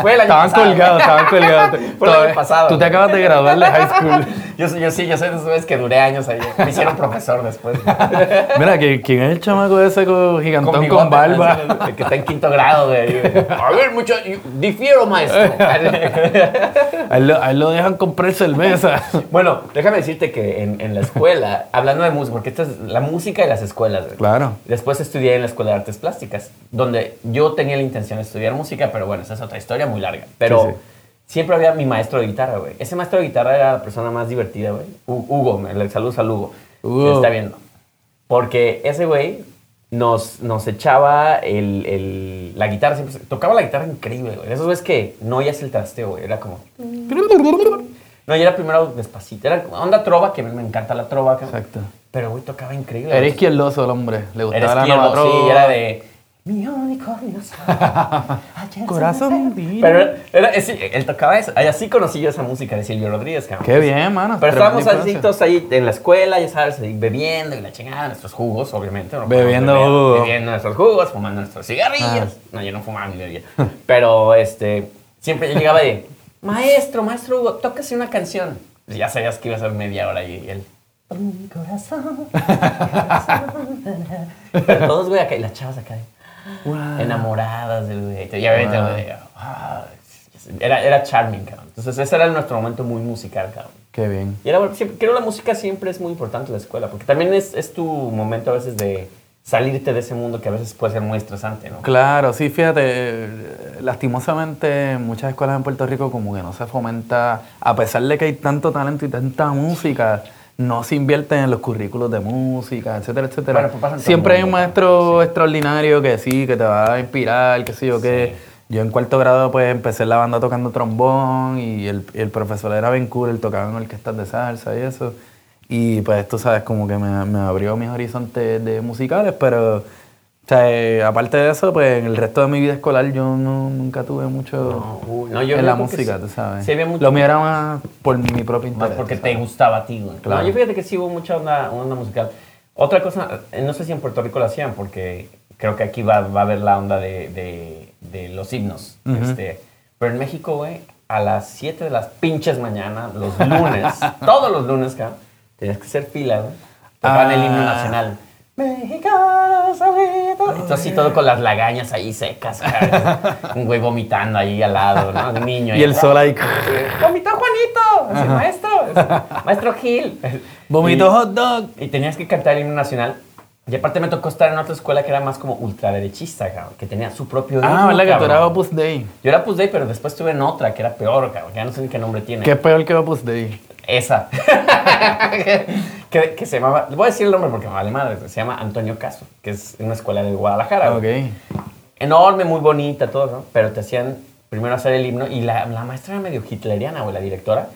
Speaker 4: Fue el año
Speaker 3: Estaban
Speaker 4: pasado, güey.
Speaker 3: colgados, estaban colgados.
Speaker 4: Fue el año
Speaker 3: Todavía-
Speaker 4: pasado.
Speaker 3: Tú te
Speaker 4: güey.
Speaker 3: acabas de graduar de high school.
Speaker 4: Yo, soy- yo sí, yo soy de esos güeyes que duré años ahí. Me hicieron profesor después.
Speaker 3: Mira, ¿quién quién es el chamaco ese con gigantón con,
Speaker 4: bigote,
Speaker 3: barba?
Speaker 4: El que está en quinto grado, güey. A ver, muchachos, difiero, maestro.
Speaker 3: A él, lo, a él lo dejan comprar cerveza.
Speaker 4: bueno, déjame decirte que en, en la escuela, hablando de música, porque esta es la música de las escuelas, güey.
Speaker 3: Claro.
Speaker 4: Después estudié en la Escuela de Artes Plásticas, donde yo tenía la intención de estudiar música, pero bueno, esa es otra historia muy larga. Pero
Speaker 3: Sí, sí.
Speaker 4: siempre había mi maestro de guitarra, güey. Ese maestro de guitarra era la persona más divertida, güey. Hu- Hugo, me- le saludos al Hugo.
Speaker 3: Hugo.
Speaker 4: Se está viendo. Porque ese güey nos, nos echaba el, el- la guitarra, siempre se- tocaba la guitarra increíble, güey. Eso es que no oías el trasteo, güey. Era como... No, y era primero despacito. Era como onda trova, que a mí me encanta la trova. que-
Speaker 3: Exacto.
Speaker 4: Pero, güey, tocaba increíble.
Speaker 3: Era
Speaker 4: güey.
Speaker 3: izquierdoso el hombre. Le
Speaker 4: Era
Speaker 3: gustaba la
Speaker 4: izquierdo,
Speaker 3: Navarro.
Speaker 4: sí, era de... Mi unicornio sabe, ayer se me
Speaker 3: Corazón.
Speaker 4: fue".
Speaker 3: divino.
Speaker 4: Pero era- era, es- él tocaba eso. Ay, Así conocí yo esa música de Silvio Rodríguez, cabrón.
Speaker 3: Qué bien, mano.
Speaker 4: Pero
Speaker 3: Tremenda
Speaker 4: estábamos
Speaker 3: influencia.
Speaker 4: adictos ahí en la escuela, ya sabes, ahí bebiendo y la chingada, nuestros jugos, obviamente. no podemos
Speaker 3: Bebiendo
Speaker 4: beber,
Speaker 3: jugo.
Speaker 4: Bebiendo nuestros jugos, fumando nuestros cigarrillos.
Speaker 3: Ah.
Speaker 4: No, yo no fumaba ni bebía. Pero, este, siempre yo llegaba de, maestro, maestro Hugo, tócase una canción. Y ya sabías que iba a ser media hora y él... Mi corazón, mi corazón. Pero todos, güey, acá, y las chavas acá, de,
Speaker 3: Wow.
Speaker 4: enamoradas del güey. Y obviamente,
Speaker 3: Wow.
Speaker 4: güey, ah, era, era charming, cabrón. Entonces, ese era nuestro momento muy musical, cabrón.
Speaker 3: Qué bien.
Speaker 4: Y era, siempre- creo la música siempre es muy importante en la escuela, porque también es, es tu momento a veces de salirte de ese mundo que a veces puede ser muy estresante, ¿no?
Speaker 3: Claro, sí, fíjate, eh, lastimosamente en muchas escuelas en Puerto Rico como que no se fomenta, a pesar de que hay tanto talento y tanta música, no se invierte en los currículos de música, etcétera, etcétera.
Speaker 4: Bueno, pues pasa en todo
Speaker 3: Siempre hay
Speaker 4: el
Speaker 3: un
Speaker 4: mundo,
Speaker 3: maestro extraordinario que sí, que te va a inspirar, qué sé yo qué. Yo en cuarto grado pues empecé en la banda tocando trombón y el, el profesor era bien cool, él tocaba en orquestas de salsa y eso. Y pues tú sabes, como que me, me abrió mis horizontes de musicales, pero o sea, eh, aparte de eso, pues en el resto de mi vida escolar yo no, nunca tuve mucho
Speaker 4: No, uy, no, yo
Speaker 3: en la
Speaker 4: creo que
Speaker 3: música,
Speaker 4: sí-
Speaker 3: tú sabes.
Speaker 4: sí había mucho-
Speaker 3: Lo mío era más por mi propio
Speaker 4: Más
Speaker 3: interés.
Speaker 4: porque
Speaker 3: tú
Speaker 4: te
Speaker 3: sabes.
Speaker 4: gustaba a ti, güey.
Speaker 3: Claro.
Speaker 4: No, yo fíjate que sí hubo mucha onda, onda musical. Otra cosa, eh, no sé si en Puerto Rico lo hacían, porque creo que aquí va, va a haber la onda de, de- de los himnos. este, pero en México, güey, a las 7 de las pinches mañanas, los lunes, todos los lunes, cabrón, tenías que hacer fila, güey. Tocaban el himno
Speaker 3: Ah.
Speaker 4: nacional. Mexicanos, abuelitos. Esto así todo con las lagañas ahí secas, cabrón. Un güey vomitando ahí al lado, ¿no? Un niño.
Speaker 3: Y el sol ahí.
Speaker 4: ¡Vomitó Juanito! Así, maestro, así, maestro Gil.
Speaker 3: Vomito
Speaker 4: Y-
Speaker 3: hot dog.
Speaker 4: Y tenías que cantar el himno nacional. Y aparte me tocó estar en otra escuela que era más como ultraderechista, cabrón, que tenía su propio himno,
Speaker 3: Ah, ¿verdad que tú
Speaker 4: cabrón.
Speaker 3: eras Opus Dei?
Speaker 4: Yo era Opus Dei, pero después estuve en otra que era peor, cabrón, que ya no sé ni qué nombre tiene.
Speaker 3: ¿Qué es peor que Opus Dei?
Speaker 4: Esa. que, que se llamaba, voy a decir el nombre porque me vale madre, se llama Antonio Caso, que es una escuela de Guadalajara.
Speaker 3: Ok.
Speaker 4: Enorme, muy bonita, todo, ¿no? Pero te hacían primero hacer el himno y la, la maestra era medio hitleriana, o la directora.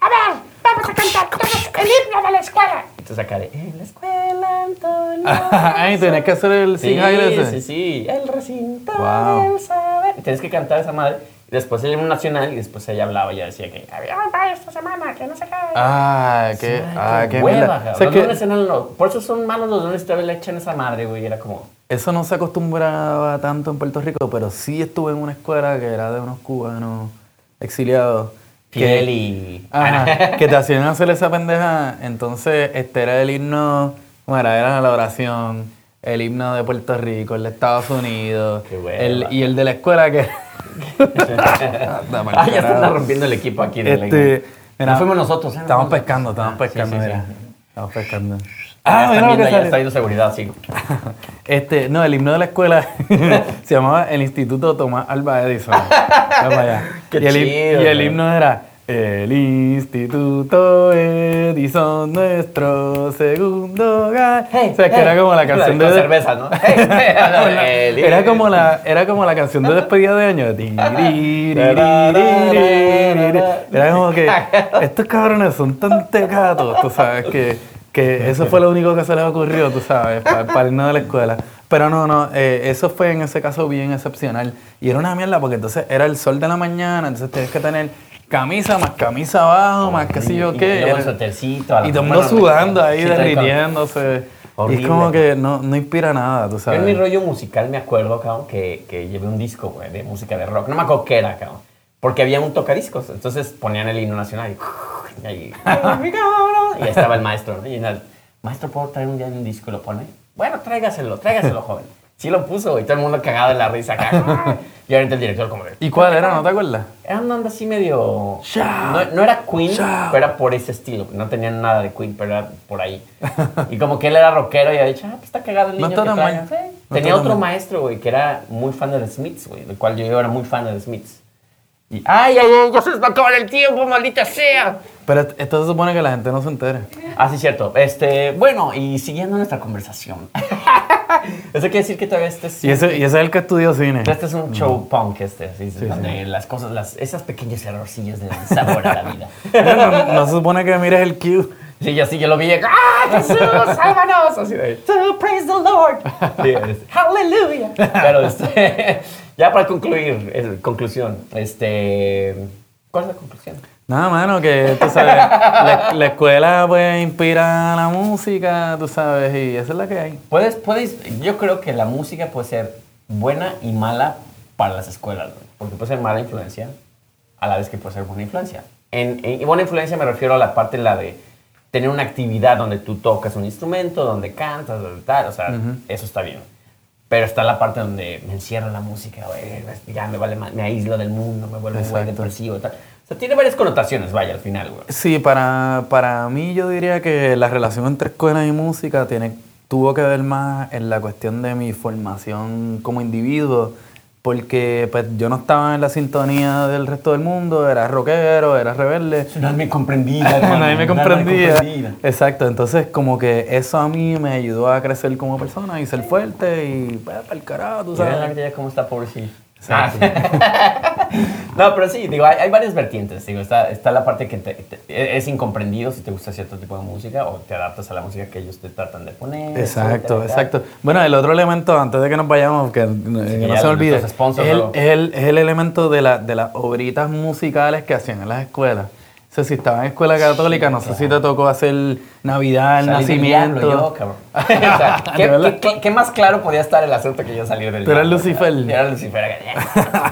Speaker 5: A ver, vamos a cantar todos el himno de la escuela.
Speaker 4: Entonces acá de, en la escuela, Antonio.
Speaker 3: Ay, tenés que hacer el
Speaker 4: Sí,
Speaker 3: sing high ese.
Speaker 4: sí, sí, el recinto
Speaker 3: eh. Wow.
Speaker 4: del saber. Tienes que cantar esa madre, y después el himno nacional y después ella hablaba y ella decía que... ah,
Speaker 5: A ver, ¿dónde va esta semana? Que no se qué.
Speaker 3: Ah, qué, ah, qué
Speaker 4: hueva,
Speaker 3: mierda.
Speaker 4: cabrón.
Speaker 3: O sea,
Speaker 4: Los
Speaker 3: que
Speaker 4: lunes eran los- Por eso son malos los lunes, todavía le echan esa madre, güey. Era como...
Speaker 3: Eso no se acostumbraba tanto en Puerto Rico, pero sí estuve en una escuela que era de unos cubanos exiliados. que-
Speaker 4: Fidel y... Ah.
Speaker 3: Ajá, que te hacían hacer esa pendeja. Entonces, este era el himno, bueno, era la oración, el himno de Puerto Rico, el de Estados Unidos,
Speaker 4: Qué hueva.
Speaker 3: el, y el de la escuela que... Anda, mal
Speaker 4: ah, ya se
Speaker 3: carajo.
Speaker 4: está rompiendo el equipo aquí. en el-
Speaker 3: Este,
Speaker 4: No fuimos nosotros, ¿eh?
Speaker 3: Estamos
Speaker 4: Nosotros.
Speaker 3: pescando,
Speaker 4: Ah,
Speaker 3: estamos
Speaker 4: sí,
Speaker 3: pescando,
Speaker 4: sí, sí.
Speaker 3: mira. Estaba pescando.
Speaker 4: Ah,
Speaker 3: mira
Speaker 4: está
Speaker 3: lo que
Speaker 4: viendo, ya
Speaker 3: sale.
Speaker 4: está viendo seguridad, sí.
Speaker 3: Este, no, el himno de la escuela se llamaba el Instituto Tomás Alba Edison. Mira para allá.
Speaker 4: Qué
Speaker 3: y, el, hi-
Speaker 4: chido,
Speaker 3: y el
Speaker 4: man.
Speaker 3: himno era el Instituto Edison, nuestro segundo hogar.
Speaker 4: Hey,
Speaker 3: o sea, que
Speaker 4: hey.
Speaker 3: era como la canción
Speaker 4: Con
Speaker 3: de
Speaker 4: cerveza, ¿no? Hey, hey, el-
Speaker 3: era como la era como la canción de despedida de año. Era como que estos cabrones son tan tecatos, tú sabes que, que eso fue lo único que se les ocurrió, tú sabes, para, para irnos de la escuela. Pero no, no, eh, eso fue en ese caso bien excepcional. Y era una mierda porque entonces era el sol de la mañana, entonces tenías que tener camisa más camisa abajo, más qué sé yo
Speaker 4: Y
Speaker 3: qué.
Speaker 4: luego
Speaker 3: Era-
Speaker 4: el suétercito, a la
Speaker 3: y todo el
Speaker 4: mano,
Speaker 3: mundo sudando
Speaker 4: sí,
Speaker 3: ahí,
Speaker 4: tal cual.
Speaker 3: derritiéndose. Y es
Speaker 4: Horrible.
Speaker 3: como que no, no inspira nada, tú
Speaker 4: Yo
Speaker 3: sabes.
Speaker 4: en mi rollo musical me acuerdo, cabrón, que, que llevé un disco, güey, de música de rock. No me acuerdo qué era, cabrón. Porque había un tocadiscos. Entonces ponían el himno nacional y, y ahí, y ahí estaba el maestro, ¿no? Y era, maestro, ¿puedo traer un día un disco? Y lo pone. Bueno, tráigaselo, tráigaselo, joven. Sí lo puso y todo el mundo cagado de la risa acá. Y ahorita el director como de...
Speaker 3: ¿Y cuál era? ¿No te acuerdas?
Speaker 4: Era una onda así medio...
Speaker 3: Shout.
Speaker 4: No, no era Queen,
Speaker 3: Shout.
Speaker 4: pero era por ese estilo. No tenían nada de Queen, pero era por ahí. Y como que él era rockero y había dicho, ah, pues está cagado el
Speaker 3: No
Speaker 4: niño
Speaker 3: está
Speaker 4: que
Speaker 3: tan
Speaker 4: trae".
Speaker 3: mal.
Speaker 4: Sí.
Speaker 3: No
Speaker 4: Tenía
Speaker 3: está tan
Speaker 4: otro
Speaker 3: mal.
Speaker 4: maestro, güey, que era muy fan de The Smiths, güey. Del cual yo era muy fan de The Smiths. Y, ay, ay, ay, ya se nos va a acabar el tiempo, maldita sea.
Speaker 3: Pero est- esto se supone que la gente no se entere.
Speaker 4: Ah, sí, cierto. Este, bueno, y siguiendo nuestra conversación. Eso quiere decir que todavía este es
Speaker 3: Y ese, y Mm. ese es el que estudió cine.
Speaker 4: este es un show punk, este, así, donde las cosas, las, esas pequeñas errorcillas del sabor a la vida.
Speaker 3: No, no se supone que mires el Q.
Speaker 4: Sí, yo sí, yo lo vi. ¡Ah, Jesús, sálvanos! Así de, "To praise the Lord. Hallelujah. Pero este, ya para concluir, eh, conclusión, este, ¿cuál es la conclusión?
Speaker 3: Nada, mano, que tú sabes, la, la escuela pues inspira la música, tú sabes, y esa es la que hay.
Speaker 4: Puedes, puedes, yo creo que la música puede ser buena y mala para las escuelas, güey, porque puede ser mala influencia a la vez que puede ser buena influencia. En, en- y buena influencia me refiero a la parte la de tener una actividad donde tú tocas un instrumento, donde cantas, donde tal, o sea, eso está bien. Pero está la parte donde me encierro en la música, güey, ya me vale ma- me aíslo del mundo, me vuelvo un güey
Speaker 3: Exacto.
Speaker 4: depresivo, tal. O sea, tiene varias connotaciones, vaya, al final, güey.
Speaker 3: Sí, para, para mí yo diría que la relación entre escuela y música tiene, tuvo que ver más en la cuestión de mi formación como individuo, porque pues, yo no estaba en la sintonía del resto del mundo, era rockero, era rebelde.
Speaker 4: Nadie me comprendía.
Speaker 3: Nadie me comprendía. Exacto, entonces como que eso a mí me ayudó a crecer como persona y ser fuerte y para el carajo, tú
Speaker 4: Y vean
Speaker 3: sabes.
Speaker 4: ahorita ya cómo está pobre sí. Ah, no, pero sí, digo, hay, hay varias vertientes. Digo, está, está la parte que te- te- es incomprendido si te gusta cierto tipo de música o te adaptas a la música que ellos te tratan de poner.
Speaker 3: Exacto,
Speaker 4: etcétera,
Speaker 3: exacto. Bueno, el otro elemento, antes de que nos vayamos, que, que
Speaker 4: ya
Speaker 3: no se me
Speaker 4: los
Speaker 3: olvide,
Speaker 4: nuestros
Speaker 3: es
Speaker 4: sponsors,
Speaker 3: el,
Speaker 4: ¿no?
Speaker 3: es el- es el elemento de, la, de las obritas musicales que hacían en las escuelas. O sea, si estaba en escuela católica, no sé si te tocó hacer Navidad, el
Speaker 4: Salí del
Speaker 3: nacimiento.
Speaker 4: diablo yo, cabrón. O sea, ¿qué-
Speaker 3: De verdad.
Speaker 4: qué, qué- qué más claro podía estar el asunto que yo salir del
Speaker 3: Tú eras
Speaker 4: diablo?
Speaker 3: Lucifer.
Speaker 4: Yo era eh, Lucifer.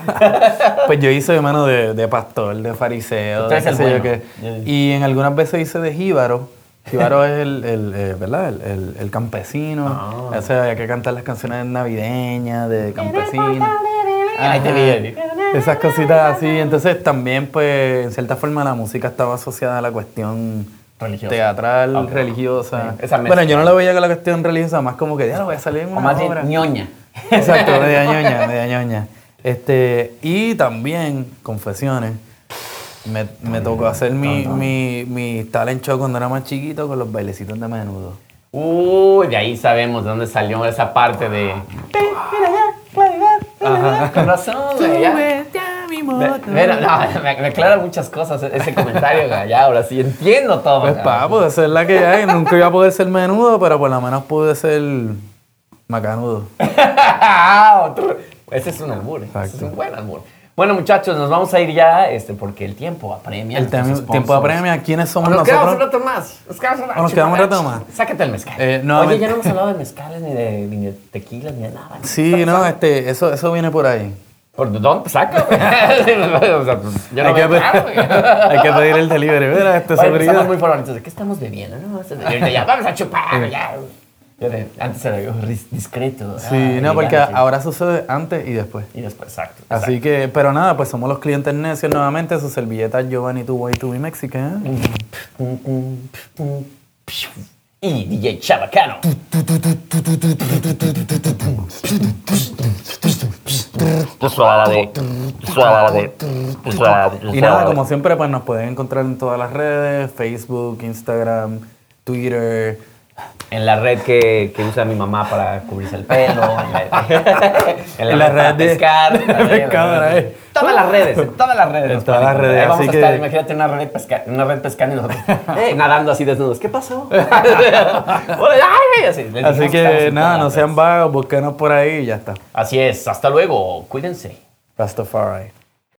Speaker 3: pues yo hice hermano de, de pastor, de fariseo,
Speaker 4: Tú
Speaker 3: de
Speaker 4: eres
Speaker 3: qué
Speaker 4: el
Speaker 3: sé yo
Speaker 4: bueno.
Speaker 3: qué.
Speaker 4: Ya, ya.
Speaker 3: Y en algunas veces hice de jíbaro. Jíbaro es el, el, eh, ¿verdad? El, el- el campesino.
Speaker 4: Ah.
Speaker 3: O sea, había que cantar las canciones navideñas de campesinos. Ah,
Speaker 4: Ahí te vi. Eddie.
Speaker 3: Esas cositas así. Entonces también, pues, en cierta forma la música estaba asociada a la cuestión
Speaker 4: Religiosa. Ah,
Speaker 3: teatral,
Speaker 4: Ok.
Speaker 3: religiosa.
Speaker 4: Sí, esa mezcla.
Speaker 3: bueno, yo no lo veía con la cuestión religiosa, más como que ya lo voy a salir en una
Speaker 4: O más
Speaker 3: obra".
Speaker 4: bien, ñoña.
Speaker 3: Exacto, media ñoña, media ñoña. Este, y también, confesiones, me, me tocó hacer mi, mi, mi talent show cuando era más chiquito con los bailecitos de menudo.
Speaker 4: Uy, de ahí sabemos de dónde salió esa parte de. Ajá. Con razón, güey. ya. Ve- Mira, no, me, me aclara muchas cosas e-, ese comentario, güey, ya, ahora sí entiendo todo.
Speaker 3: Pues
Speaker 4: güey.
Speaker 3: pa, pues esa es la que hay. Nunca iba a poder ser menudo, pero por lo menos pude ser macanudo.
Speaker 4: Ah, otro. ese es un albur, ese es
Speaker 3: Exacto.
Speaker 4: un buen albur. Bueno, muchachos, nos vamos a ir ya, este, porque el tiempo apremia.
Speaker 3: El
Speaker 4: nuestros
Speaker 3: tem- tiempo
Speaker 4: sponsors.
Speaker 3: apremia. ¿Quiénes
Speaker 4: O
Speaker 3: somos
Speaker 4: Nos quedamos un
Speaker 3: nosotros?
Speaker 4: rato más. Nos quedamos un rato,
Speaker 3: O nos quedamos un rato más.
Speaker 4: Sácate el mezcal.
Speaker 3: Eh,
Speaker 4: Oye,
Speaker 3: nuevamente.
Speaker 4: ya no hemos hablado de mezcales, ni de, ni de tequilas, ni de nada.
Speaker 3: Sí, no, este, eso, eso viene por ahí.
Speaker 4: ¿Por dónde? Saca, güey. O sea, pues, yo no
Speaker 3: hay, que
Speaker 4: veo nada,
Speaker 3: pe-
Speaker 4: güey.
Speaker 3: hay que pedir el delivery. Mira, este
Speaker 4: Oye, pues,
Speaker 3: seguridad.
Speaker 4: Estamos muy formalitos. ¿De qué estamos bebiendo? No? O sea, de- ahorita ya, vamos a chupar, ya. Yo de- Antes era yo ris- discreto.
Speaker 3: Sí,
Speaker 4: ah,
Speaker 3: no, porque
Speaker 4: elegante.
Speaker 3: ahora sucede antes y después.
Speaker 4: Y después, exacto.
Speaker 3: Así que, pero nada, pues somos los clientes necios nuevamente, sus servilletas Giovanni tu way to be Mexican.
Speaker 4: exacto. y DJ Chabacano.
Speaker 6: Suave, suave, suave.
Speaker 3: Y nada, como siempre, pues nos pueden encontrar en todas las redes, Facebook, Instagram, Twitter.
Speaker 4: En la red que, que usa mi mamá para cubrirse el pelo. En la,
Speaker 3: En
Speaker 4: en la
Speaker 3: la
Speaker 4: red para
Speaker 3: red de-
Speaker 4: pescar.
Speaker 3: de
Speaker 4: también,
Speaker 3: pescado,
Speaker 4: ¿no?
Speaker 3: eh.
Speaker 4: Todas las redes, en todas las redes.
Speaker 3: En
Speaker 4: nos
Speaker 3: todas las
Speaker 4: ponemos.
Speaker 3: redes,
Speaker 4: Ahí vamos
Speaker 3: así
Speaker 4: a estar,
Speaker 3: que-
Speaker 4: imagínate una red, pesca, una red pescando y nosotros eh, nadando así desnudos. ¿Qué pasó? Hola, ay, así, les dijimos
Speaker 3: Así
Speaker 4: estamos en
Speaker 3: que
Speaker 4: todas
Speaker 3: nada,
Speaker 4: las
Speaker 3: no
Speaker 4: redes.
Speaker 3: sean vagos, búsquenos por ahí y ya está.
Speaker 4: Así es, hasta luego, cuídense.
Speaker 3: Rastafari.